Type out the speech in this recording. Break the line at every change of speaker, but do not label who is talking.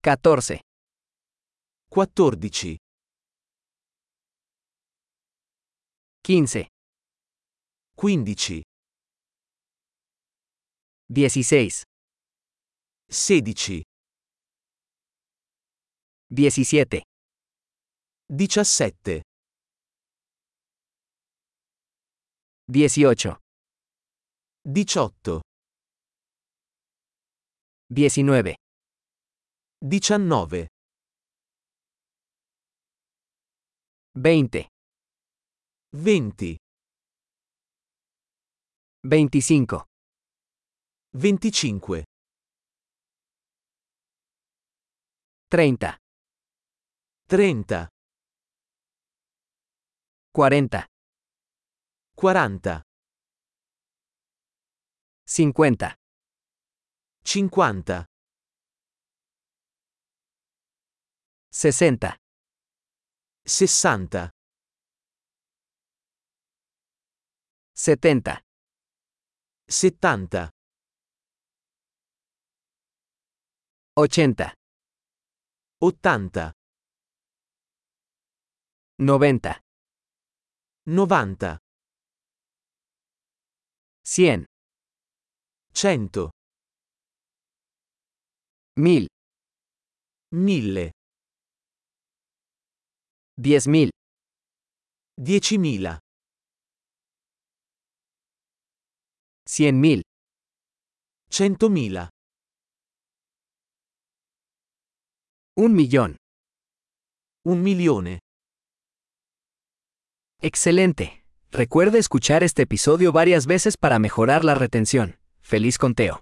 14,
14,
15,
15,
16,
16,
17,
17,
18,
18,
19,
19,
20,
20,
25,
25,
30,
30,
40,
40,
50,
50,
60,
60,
70,
70,
80,
80,
90,
90,
100,
100,
1000,
1000,
10000,
10.000,
100000,
100.000,
1 millón.
un milione.
Excelente. Recuerde escuchar este episodio varias veces para mejorar la retención. Feliz conteo.